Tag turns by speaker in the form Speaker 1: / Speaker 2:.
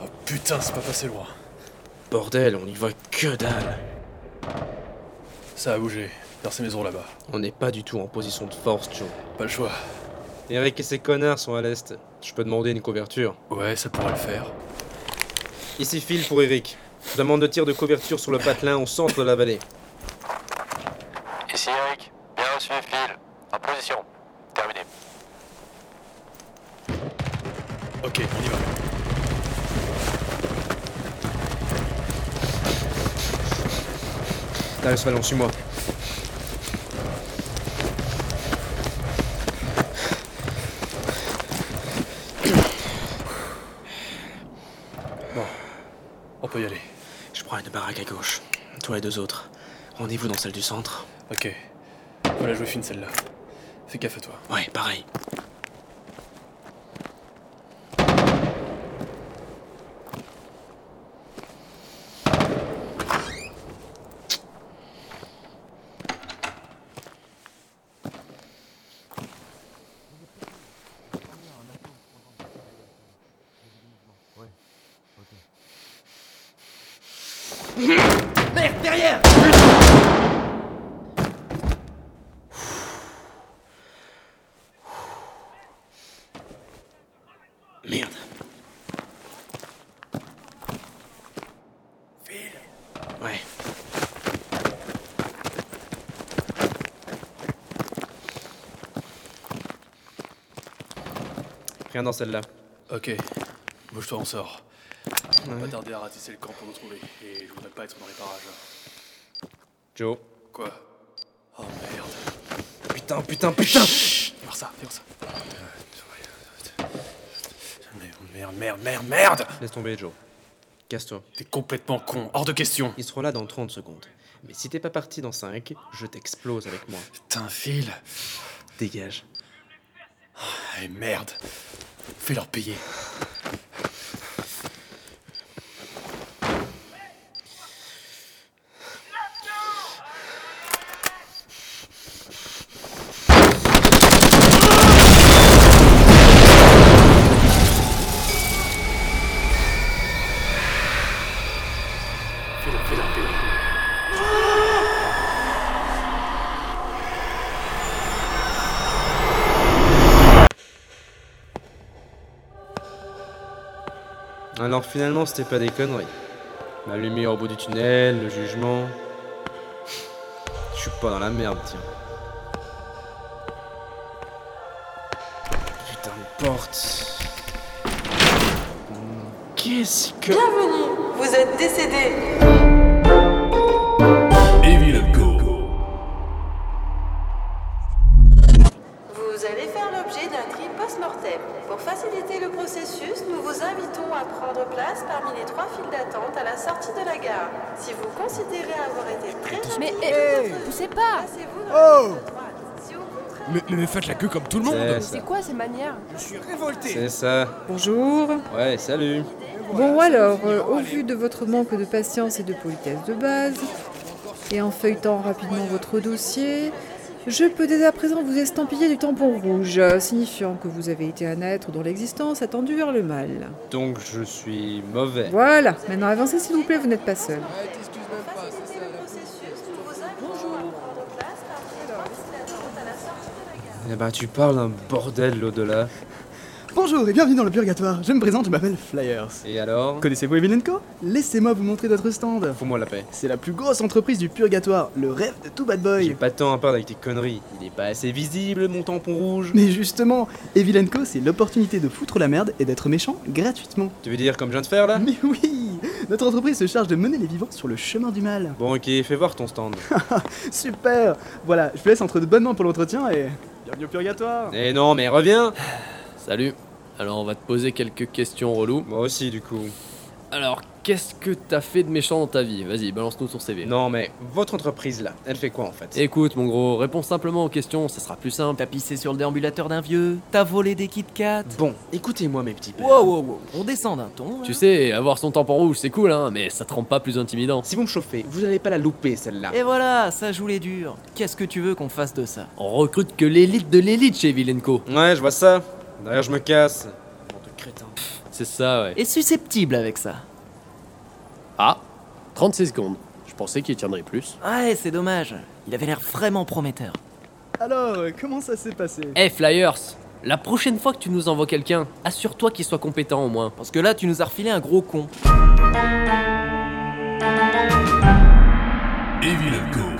Speaker 1: Oh, Putain, c'est pas passé loin.
Speaker 2: Bordel, on y voit que dalle.
Speaker 1: Ça a bougé, vers ces maisons là-bas.
Speaker 2: On n'est pas du tout en position de force, Joe.
Speaker 1: Pas le choix.
Speaker 2: Eric et ses connards sont à l'est. Je peux demander une couverture.
Speaker 1: Ouais, ça pourrait le faire.
Speaker 2: Ici Phil pour Eric. Demande de tir de couverture sur le patelin au centre de la vallée.
Speaker 3: Ici Eric, bien reçu Phil. En position. Terminé.
Speaker 1: Ok, on y va.
Speaker 2: Darius Vallon, suis-moi.
Speaker 1: On peut y aller.
Speaker 2: Je prends une baraque à gauche. Toi et deux autres. Rendez-vous dans celle du centre.
Speaker 1: Ok. Faut la jouer fine celle-là. Fais gaffe à toi.
Speaker 2: Ouais, pareil. Merde. Phil Ouais. Rien dans celle-là.
Speaker 1: Ok. Bouge-toi, on sort. On va
Speaker 2: Ouais.
Speaker 1: Pas tarder à ratisser le camp pour nous trouver. Et je voudrais pas être dans les parages. là.
Speaker 2: Joe.
Speaker 1: Quoi Oh merde.
Speaker 2: Putain, putain, putain
Speaker 1: Fais voir ça, fais voir ça. Merde, merde, merde, merde, merde
Speaker 2: Laisse tomber, Joe. Casse-toi.
Speaker 1: T'es complètement con, hors de question
Speaker 2: Ils seront là dans 30 secondes. Mais si t'es pas parti dans 5, je t'explose avec moi.
Speaker 1: Putain, Phil
Speaker 2: Dégage.
Speaker 1: Eh merde Fais leur payer Fais-leur, fais-leur payer.
Speaker 2: Alors finalement, c'était pas des conneries. La lumière au bout du tunnel, le jugement. Je suis pas dans la merde, tiens. Putain de porte. Qu'est-ce que.
Speaker 4: Bienvenue, vous êtes décédé. Vous allez faire l'objet d'un tri post-mortem. Pour faciliter le processus, nous vous invitons à prendre place parmi les trois files d'attente à la sortie de la gare. Si vous considérez avoir été très rapide,
Speaker 5: Mais,
Speaker 4: dans
Speaker 5: eh,
Speaker 4: votre
Speaker 5: poussez
Speaker 4: vie,
Speaker 5: pas
Speaker 4: placez-vous dans la
Speaker 6: Oh
Speaker 4: file de droite. Si au contraire-
Speaker 6: Mais, mais faites la queue comme tout le monde
Speaker 2: C'est
Speaker 5: C'est
Speaker 2: ça.
Speaker 5: quoi ces manières
Speaker 6: Je suis révolté
Speaker 2: C'est ça.
Speaker 7: Bonjour.
Speaker 2: Ouais, salut.
Speaker 7: Bon alors, euh, au vu de votre manque de patience et de politesse de base, et en feuilletant rapidement votre dossier, je peux dès à présent vous estampiller du tampon rouge, euh, signifiant que vous avez été un être dont l'existence a tendu vers le mal.
Speaker 2: Donc je suis mauvais.
Speaker 7: Voilà, maintenant avancez s'il vous plaît, vous n'êtes pas seul.
Speaker 4: faciliter le processus, nous vous invitons à prendre place parmi les trois files d'attente à la sortie de la gare.
Speaker 2: Eh ben tu parles un bordel l'au-delà.
Speaker 6: Bonjour et bienvenue dans le purgatoire, je me présente, je m'appelle Flyers.
Speaker 2: Et alors
Speaker 6: Connaissez-vous Evelyn Co Laissez-moi vous montrer notre stand
Speaker 2: Fous-moi la paix.
Speaker 6: C'est la plus grosse entreprise du purgatoire, le rêve de tout bad
Speaker 2: J'ai
Speaker 6: boy
Speaker 2: pas de temps à perdre avec tes conneries. Il est pas assez visible mon tampon rouge.
Speaker 6: Mais justement, Evelyn Co c'est l'opportunité de foutre la merde et d'être méchant gratuitement
Speaker 2: Tu veux dire comme je viens de faire
Speaker 8: Mhm.
Speaker 2: là
Speaker 6: Mais oui Notre entreprise se charge de mener les vivants sur le chemin du mal
Speaker 2: Bon ok, fais voir ton stand.
Speaker 6: Super Voilà, je vous laisse entre de bonnes mains pour l'entretien et... Bienvenue au purgatoire
Speaker 2: Eh non, mais reviens
Speaker 9: Salut. Alors on va te poser quelques questions reloues.
Speaker 2: Moi aussi, du coup.
Speaker 9: Alors qu'est-ce que t'as fait de méchant dans ta vie Vas-y, balance-nous ton CV.
Speaker 2: Non, mais votre entreprise là, elle fait quoi en fait
Speaker 9: Écoute mon gros, réponds simplement aux questions, ça sera plus simple.
Speaker 8: T'as pissé sur le déambulateur d'un vieux, t'as volé des Kit Kats.
Speaker 2: Bon, écoutez-moi, mes petits pères.
Speaker 8: Wow, wow, wow, on descend d'un ton. là.
Speaker 9: Tu sais, avoir son tampon rouge c'est cool hein, mais ça te rend pas plus intimidant.
Speaker 2: Si vous me chauffez, vous n'allez pas la louper celle-là.
Speaker 8: Et voilà, ça joue les durs. Qu'est-ce que tu veux qu'on fasse de ça
Speaker 9: On recrute que l'élite de l'élite chez Vilenco.
Speaker 2: Ouais, je vois ça. D'ailleurs, je me casse. Bande de crétins.
Speaker 9: C'est ça ouais.
Speaker 8: Et susceptible avec ça.
Speaker 9: Ah, 36 secondes. Je pensais qu'il tiendrait plus.
Speaker 8: Ouais, c'est dommage. Il avait l'air vraiment prometteur.
Speaker 6: Alors, euh, comment ça s'est passé
Speaker 9: Eh Flyers, la prochaine fois que tu nous envoies quelqu'un, assure-toi qu'il soit compétent au moins.
Speaker 8: Parce que là, tu nous as refilé un gros con.
Speaker 5: Evil Code.